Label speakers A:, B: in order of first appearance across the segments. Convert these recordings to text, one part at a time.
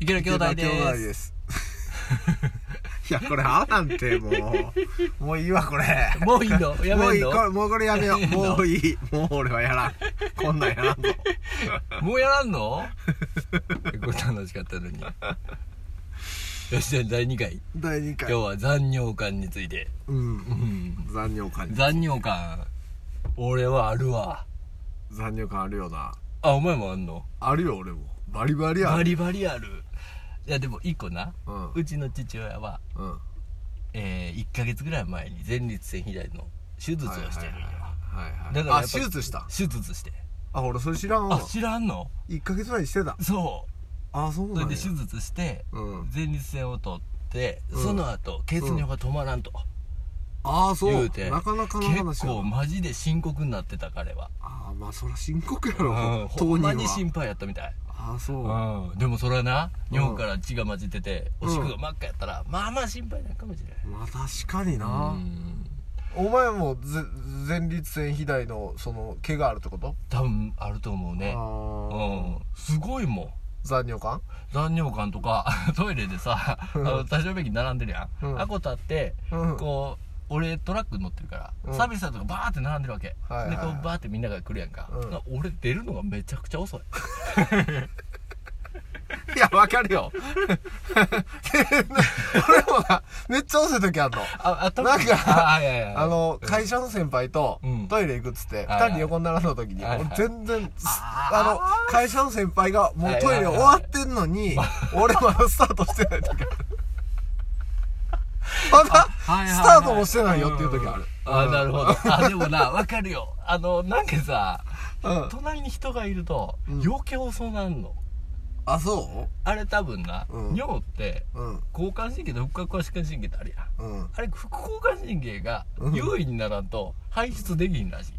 A: 池田兄弟
B: 池田兄弟
A: です
B: です。 いや、これ、あなんて、もう。もういいわ、これ。
A: もういいのや
B: もう
A: め
B: い
A: ん
B: い、
A: の
B: これもうこれやめよ
A: やめ
B: う。
A: んの
B: もういい。もう俺はやらん。こんなんやらんぞ。
A: もうやらんの 結構楽しかったのによしじゃあ第2回
B: 第2
A: 今
B: 回
A: 日。は残尿感について
B: う。
A: うんん
B: 残尿感。
A: 残尿感俺はあるわ
B: 残尿感あるよな。
A: あお前もあんの
B: あるよ、俺も。バリバリあ
A: バ
B: る。
A: リバリあるいやでも1個な
B: うん。
A: うちの父親は、
B: うん。
A: えー、1ヶ月ぐらい前に前立腺肥大の手術をしてるんよ、
B: はいはいはい
A: だからや
B: あ
A: っぱ
B: 手術した
A: 手術して
B: あ俺それ知らんわ
A: あ知らんの
B: 1ヶ月前にしてた
A: そ
B: あそ
A: う
B: う
A: そ
B: な
A: れ
B: ん
A: で
B: や
A: 手術して
B: うん
A: 前立腺を取って、
B: うん
A: その後血尿が止まらんと、
B: ああそ
A: 言
B: う
A: うて
B: なかなかの話
A: 結
B: や
A: 構マジで深刻になってた彼は、
B: ああまあそりゃ深刻や
A: う
B: ろ
A: ん、ほ
B: 当
A: んま
B: 人
A: に
B: は
A: 心配やったみたい、
B: ああそう
A: うん、でもそれはな
B: うん
A: 尿から血が混じってて、
B: うん
A: おしっこが真っ赤やったらまあまあ心配なんかもしれない、
B: まあ確かにな
A: うん
B: お前もぜ前立腺肥大のその毛があるってこと
A: 多分あると思う
B: あ
A: ねうん
B: あ
A: すごいもん
B: 残 尿感
A: 残尿感とか トイレでさあ
B: うん
A: の多少便器並んでるやん、
B: うん
A: あこたって
B: うん
A: こう俺トラック乗ってるから、
B: うん
A: サービスさんとかバーって並んでるわけ、
B: はいはいはい
A: でこうバーってみんなが来るやんか、
B: う
A: 俺出るのがめちゃくちゃ 遅い
B: いやわかるよ 俺もなめっちゃ遅い時あんの
A: ああ
B: なんか
A: あいやいやいや
B: あの
A: うん
B: 会社の先輩と
A: うん
B: トイレ行くっつって
A: はい
B: 2人で横に並んだ時に
A: はいはい
B: 俺全然す
A: あ
B: あの会社の先輩がもうトイ
A: はいは
B: レ終
A: い
B: わ
A: はい
B: ってんのに俺まだスタートしてない時 あるまだ
A: はいはいはい
B: スタートもしてないよっていう時ある
A: あ
B: うん
A: なるほどあでもなわかるよあのなんかさ、
B: うん
A: 隣に人がいると、
B: うん
A: 余計遅なんの
B: あそ
A: あれ多分な、
B: うん
A: 尿って
B: ううん
A: 交感神経と副交感神経ってあるやん
B: うん
A: あれ副交感神経が
B: うん
A: 優位にならんと排出できんらしい、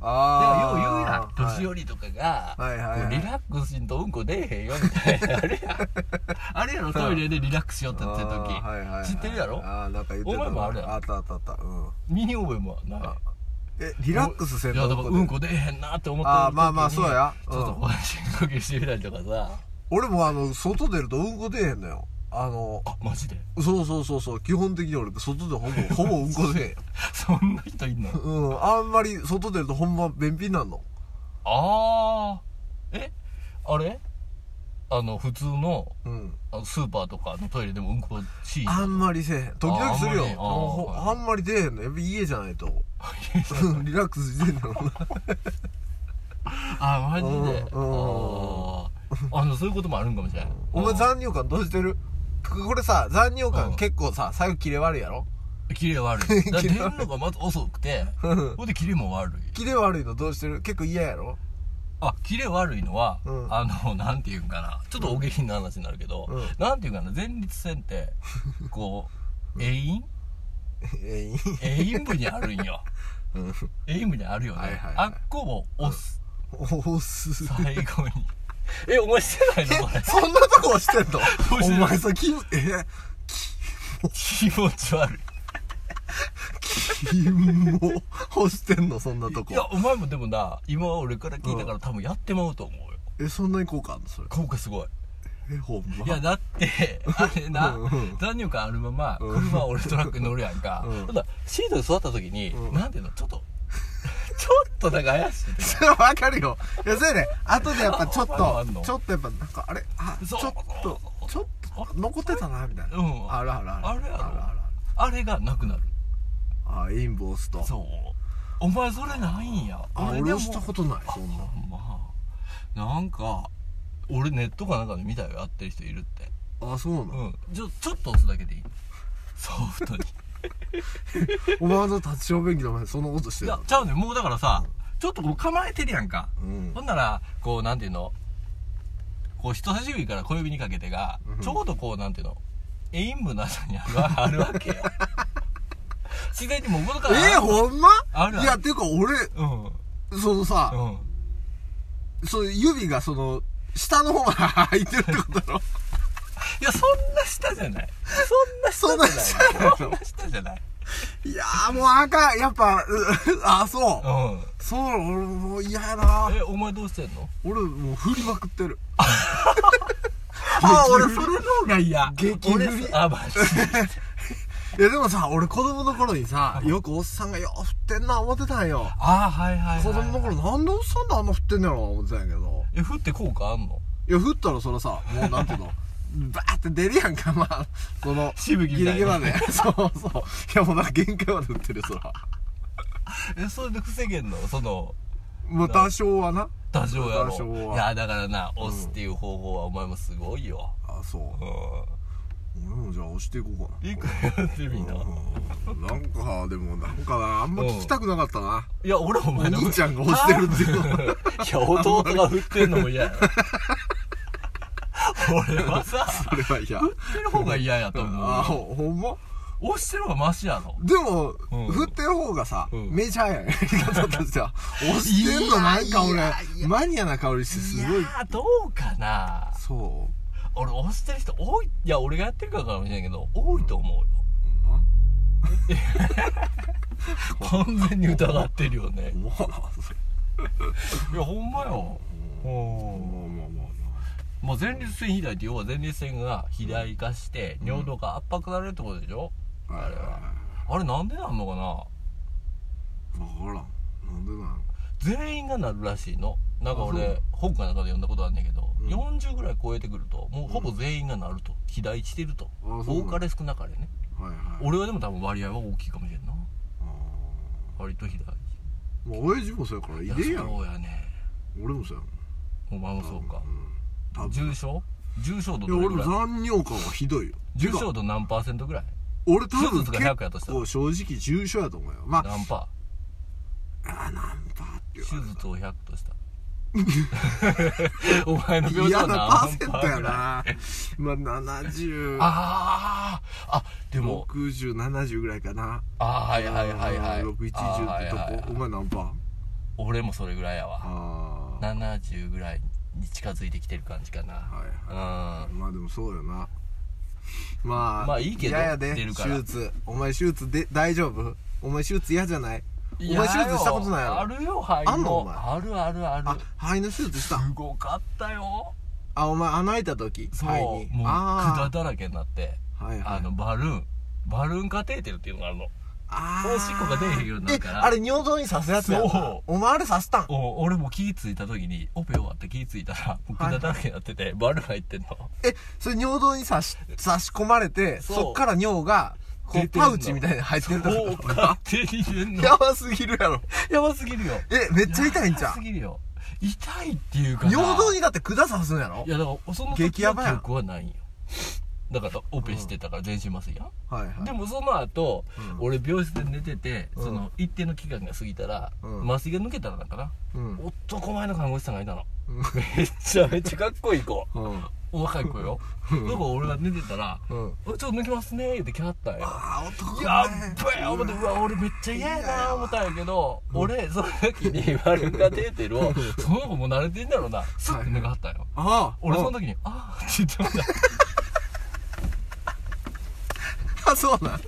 A: だからよう言うや
B: あ
A: ん
B: あ
A: 年寄りとかが、
B: はいはいはい
A: こうリラックスしんとうんこ出えへんよみたい なあれやんあれやろトイレでリラックスしようって言ってる時、知ってるやろ
B: ああなんか言ってたな
A: お前もあるやん
B: あったあったあったうん
A: 身に覚えもない
B: あえリラックスせん
A: いやだ
B: の
A: から
B: で
A: うんこ出えへんなって思ってる時に
B: あーまあまあそうや
A: ちょっと
B: うん
A: こう深呼吸してみたりとかさ
B: 俺もあの外出るとうんこ出えへんのよあの
A: あマジで
B: そうそうそうそう基本的に俺外でほ ぼほぼうんこ出え
A: そんな人いんの
B: へんうんあんまり外出るとほんま便秘になんの
A: ああえあれあの普通の
B: うん
A: あのスーパーとかのトイレでもうんこしい
B: あんまりせえへん時々するよ
A: ああんまりああ
B: ほ
A: はい
B: あんまり出えへんのやっぱ家じゃないと うんリラックスしてんだろうな
A: あマジ
B: うんうん
A: であーあのそういうこともあるんかもしれない
B: お前残尿感どうしてるこれさ残尿
A: うん
B: 感結構さ最後キレ悪いやろ
A: キレ悪いだから
B: キ
A: 出
B: レ
A: る
B: 悪い
A: のがまず遅くて
B: うん
A: ほんでキレも悪い
B: キレ悪いのどうしてる結構嫌やろ
A: あキレ悪いのは、
B: うん
A: あのなんていうんかなちょっとお下品な話になるけど、
B: うん
A: なんていうんかな前立腺ってこう栄陰
B: えい
A: 栄陰部にあるん よ
B: うん
A: 栄陰部にあるよね、
B: はいはいはい
A: あっこを押す、
B: おす
A: 最後にえお前してない のこれ
B: えそんなとこ押してんの
A: 押してる
B: お前さきえ
A: 気持ち悪い
B: キモ押してんのそんない
A: やお前もでもな今俺から聞いたから多分やってまうと思うよ
B: えそんなに効果あんのそれ
A: 効果すごい
B: えほんま
A: いやだってあれな
B: うんうん
A: 残尿感あるまま
B: うん
A: 車俺トラックに乗るやんか
B: うん
A: ただシートに座った時に
B: うん
A: なんていうのちょっと ちょっとなんか怪しいというか
B: それはわかるよいやそれね後でやっぱちょっ
A: あほんまあんの
B: とちょっとやっぱなんかあれあち
A: そ
B: ょ
A: う
B: っとちょっと残ってたなみたいな、
A: うん
B: あるあるある
A: あるやろ
B: あるある
A: あれがなくなる
B: あインボ押すと
A: そうお前それないんや
B: あ
A: で
B: 俺
A: も
B: 押したことないそんな
A: まあなんか俺ネットかなんかで見たよやってる人いるって
B: あそうな
A: う
B: の、
A: んちょちょっと押すだけでいいソフ トに
B: お前の立ち小便器の前でそんなことして
A: い
B: る
A: や
B: の
A: ちゃうねんもうだからさちょっとこう構えてるやんか
B: うん
A: ほんなら、こう、なんていうの、こう、人差し指から小指にかけてが
B: う、ん
A: ちょうどこう、なんていうの、エイン部の朝にあるわあるわけ よ。自然にもう動かない。
B: えー、ほんま
A: あるある
B: いやっていうか俺
A: うん。
B: そのさ、
A: うん。
B: そう指がその下の方が入ってるってことだろ
A: いや、そんな下じゃない。 そんな下じゃない。そ
B: そ
A: ん
B: ん
A: な
B: な
A: 下じゃない。。
B: いやーもうあかんやっぱうあそうう、そう俺もう嫌やなん
A: え、お前どうしてんの
B: 俺もう振りまくってる
A: あー俺それの方が嫌
B: 激
A: 俺
B: 無理
A: あマジ
B: いやでもさ俺子供の頃にさよくおっさんがよう振ってんな思ってたんよ
A: あーはいはい、はい、
B: 子供の頃なんでおっさんであんな振ってんねやろな思ってたんやけど
A: え降って効果あんの
B: いや振ったらそれさもうなんていうの バーって出るやんかまあその
A: しぶきみ
B: ギ
A: た
B: リ
A: い
B: ギリ
A: な
B: まで そうそういやもうなんか限界まで振ってるそら
A: えそれで防げんのその
B: まあ多少はな
A: 多少やろ
B: 多少はい
A: やだからな押すっていう方法はお前もすごいよ
B: あそう
A: う
B: 俺もじゃあ押していこうか
A: ん
B: な
A: 一回やってみな
B: うんなんかでもなんかなあんま聞きたくなかったない
A: や俺お
B: お
A: 前の
B: 兄ちゃんが押してるっていうの
A: いや弟が振ってんのも嫌やろ俺はさ
B: それは嫌
A: 振ってる方が嫌やと
B: あ
A: 思う
B: ほほんま
A: 押してる方がマシやろ
B: でも、
A: うん
B: 振ってる方がさ、
A: うん
B: メジャーやんやり方としては押してんのなんか
A: いや
B: 俺マニアな香りしてすごい
A: いやーどうかな
B: そ
A: 俺押してる人多いいや俺がやってるからかもしれないけど多いと思うよ
B: うほんま
A: 完全に疑ってるよね
B: ほんまほんま
A: いやほんまようん
B: ほんま
A: まあ前立腺肥大って要は前立腺が肥大化して尿道が圧迫されるってことでしょ
B: ほんまはいはいは
A: あれなんでなんのかない
B: わからんなんでなの
A: 全員がなるらしいのなんか
B: あそう
A: 俺本かなんかで読んだことあるんだけど、
B: うん
A: 40ぐらい超えてくるともうほぼ全員がなると肥大してると
B: あそうな
A: 多
B: ん
A: かれ少なかれね
B: はいはい
A: 俺はでも多分割合は大きいかもしれんな
B: あ
A: 割と肥大
B: ーまあ親父もそうやから遺伝や
A: そ
B: ろ
A: うやね
B: 俺もそうや
A: お前もそうか
B: もん、うん、多分
A: 重症重症度
B: いや
A: どれ
B: 俺
A: ぐらい
B: 残尿感はひどいよ
A: 重
B: て
A: 症
B: か
A: 度何パーセントぐらい
B: 俺多分
A: 手術が100やとし
B: 結
A: たら
B: 構正直重症やと思うよまあ
A: 何パ
B: あーなんだって
A: ー
B: いう
A: 手術を100と したお前の病気
B: 嫌
A: は
B: な
A: 何
B: パーセント
A: ぐら
B: や
A: い
B: なまあ
A: あ
B: 70
A: ああでも
B: 6070ぐらいかな
A: ああはいはいはいはい
B: 610ってとこ、
A: あーはいはいはい
B: お前何パー
A: 俺もそれぐらいやわ
B: ああ
A: 70ぐらいに近づいてきてる感じかな、
B: はいは
A: う
B: い
A: ん
B: まあでもそうよなまあ
A: まあいいけど
B: 嫌やで
A: 出るから
B: 手術お前手術で大丈夫お前手術嫌じゃないお前
A: いや
B: 手術したことないやろ
A: あるよ肺も
B: あんのお前
A: あるあるある
B: あ肺の手術し
A: す
B: た
A: ごかったよ
B: あお前穴開いた時
A: そう
B: 肺
A: もう
B: に
A: 管
B: あ
A: だらけになって
B: あはいはい
A: あのバルーンバルーンカテーテルっていうのがあるの
B: あー
A: おしっこが出えへんようになるから
B: えあれ尿道に刺すやつやな
A: そう
B: お前あれ刺したん
A: お俺も気ぃついた時にオペ終わって気ぃついたらもう管だらけになってて、バルーン入ってんの
B: えそれ尿道に差し差し込まれて
A: そ
B: そうっから尿がこ
A: 出
B: う
A: てんの
B: パウチみたいに入ってるって
A: もう
B: こと
A: 勝手に入れんの
B: やばすぎるやろ
A: やばすぎるよ
B: えめっちゃ痛いんち
A: や
B: ゃ
A: ばす
B: う
A: ぎるよ痛いっていうかな
B: 尿道にだって管刺すんやろ
A: いやだからその時
B: 激
A: の
B: ヤ
A: 記
B: バやん
A: 憶はないんよだからオペしてたから全身麻酔やん、
B: はいはい
A: でもその後、
B: うん
A: 俺病室で寝てて、
B: うん
A: その一定の期間が過ぎたら、
B: うん
A: 麻酔が抜けたらなんかな、
B: うん
A: 男前の看護師さんがいたの、
B: うん
A: めっちゃめっちゃかっこいい 子
B: うん
A: お若い子よだから俺が寝てたら「
B: うん
A: おちょっと抜けますね」言って来はったんよ
B: あー男
A: やっ
B: ね
A: べえ思ってうわ俺めっちゃ嫌やな思ったんやけど、俺その時 に丸が出てるをその子もう慣れてんだろうなスッて抜かはったんよ
B: ああ
A: 俺その
B: 時
A: 時に「ああ」って言ってもらっ
B: あそうなん
A: た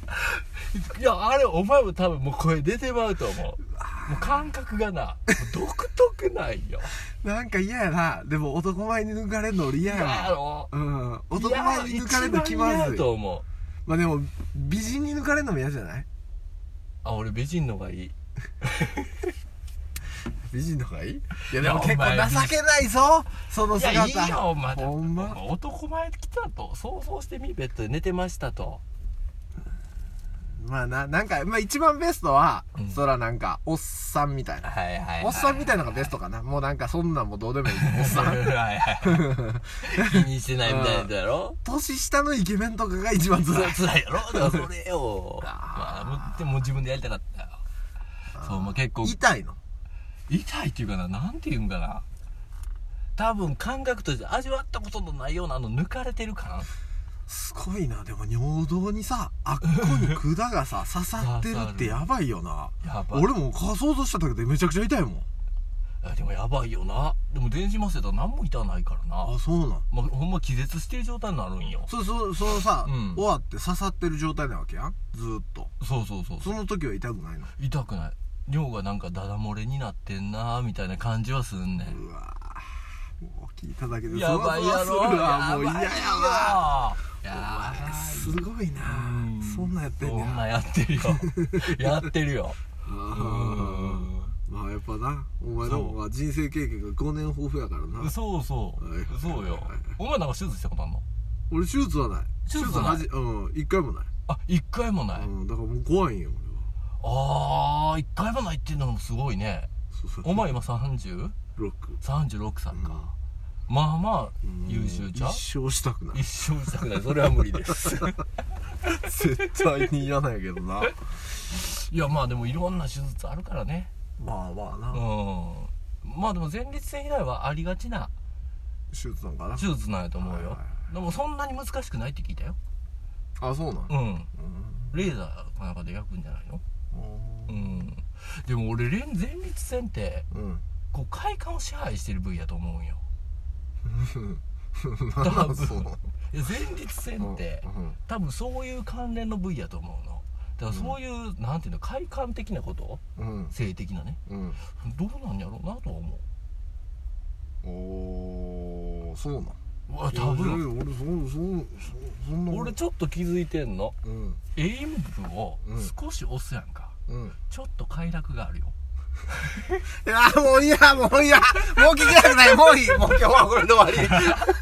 A: いやあれお前も多分もう声出てまうと思うもう感覚がなもう独特ないよ
B: なんか嫌やなでも男前に抜かれるの俺嫌や
A: や
B: わ
A: ろ
B: うん男前に抜かれるの気
A: いや一番
B: ま
A: 嫌
B: ず
A: や
B: い
A: と思う
B: まあでも美人に抜かれるのも嫌じゃない
A: あ俺美人のがいい
B: 美人の方がいいいやでも
A: いや
B: 結
A: お前
B: 構情けないぞその
A: いやい
B: 姿
A: いよまだ
B: ほんま
A: 男前来たと想像してみベッドで寝てましたと
B: まあな、なんか、まあ一番ベストは、
A: うん
B: そらなんか、おっさんみたいな。
A: はいはい、はい、
B: おっさんみたいなのがベストかな。もうなんか、そんなんもうどう でもいい。おっさ
A: はい
B: ん。
A: はいはい気にしてないみたいなやつやろ
B: 年下のイケメンとかが一番
A: つ
B: 辛
A: ら
B: い。
A: つらいやろだからそれよ
B: あー
A: まあでも自分でやりたかったよそうまあ結構
B: 痛いの。
A: 痛いっていうかななんていうんかな多分感覚として味わったことのないようなあの抜かれてる感
B: すごいな。でも尿道にさ、あっこに管がさ、刺さってるってやばいよな。
A: やばい
B: 俺も仮想像した時でめちゃくちゃ痛いもん。
A: あでもやばいよなでも電子麻酔だと何も痛ないからな
B: あ、そうなん。
A: まあ、ほんま気絶してる状態になるんよ
B: そ、そ、そのさ、
A: うん
B: 終わって刺さってる状態なわけやん。ずーっと。
A: そうそうそう
B: その時は痛くないの。
A: 痛くない尿がなんかダダ漏れになってんなみたいな感じはすんねん
B: うわもう聞いただけで
A: やばいや
B: ゾ
A: ろ
B: ワゾワするわもう
A: や
B: 嫌
A: ばい
B: や
A: よ
B: わ
A: や
B: お前
A: ばい
B: すごいな
A: うん
B: そんなんやってんね
A: そんなん
B: や
A: やってるよやってるようん
B: まあやっぱなお前の方が人生経験が5年豊富やからな
A: そうそ
B: はいは
A: う
B: い
A: そうよお前なんか手術したことあんの
B: 俺手術はない
A: 手術はない
B: 手術はじうん一回もない、
A: あ一回もない
B: うん、だからもう怖いんよ俺は
A: あー一回もないっていうのもすごいね
B: そうそう
A: お前今 30?36
B: ロック
A: 歳
B: うん
A: かまあまあ
B: うん
A: 優秀じゃん
B: 一生したくない
A: 一生したくないそれは無理です
B: 絶対に嫌なんやけどな
A: いやまあでもいろんな手術あるからね
B: まあまあな、
A: うんまあでも前立腺肥大はありがちな
B: 手術なんかな
A: 手術なんやと思う
B: はい
A: よ
B: はいは
A: でもそんなに難しくないって聞いたよ
B: あそうなん、
A: うん
B: うん
A: レーザーかなんかで焼くんじゃないのう
B: う
A: んんでも俺れん前立腺って
B: うん
A: こう快感を支配してる部位やと思うんよ
B: 何なん その
A: いや前立腺 って
B: うん
A: 多分そういう関連の部位やと思うのだからそういう、なんていうの快感的なこと
B: うん
A: 性的なね
B: うん
A: どうなんやろうなとは思
B: うんおーそうなん
A: ううわ多分
B: 俺俺そんそそそんな
A: 俺ちょっと気づいてんの
B: うん
A: 演部を
B: うん
A: 少し押すやんか、
B: うん
A: ちょっと快楽があるよ
B: いやもういいやもういいやもう聞きたくないもういいもう今日はこれで終わり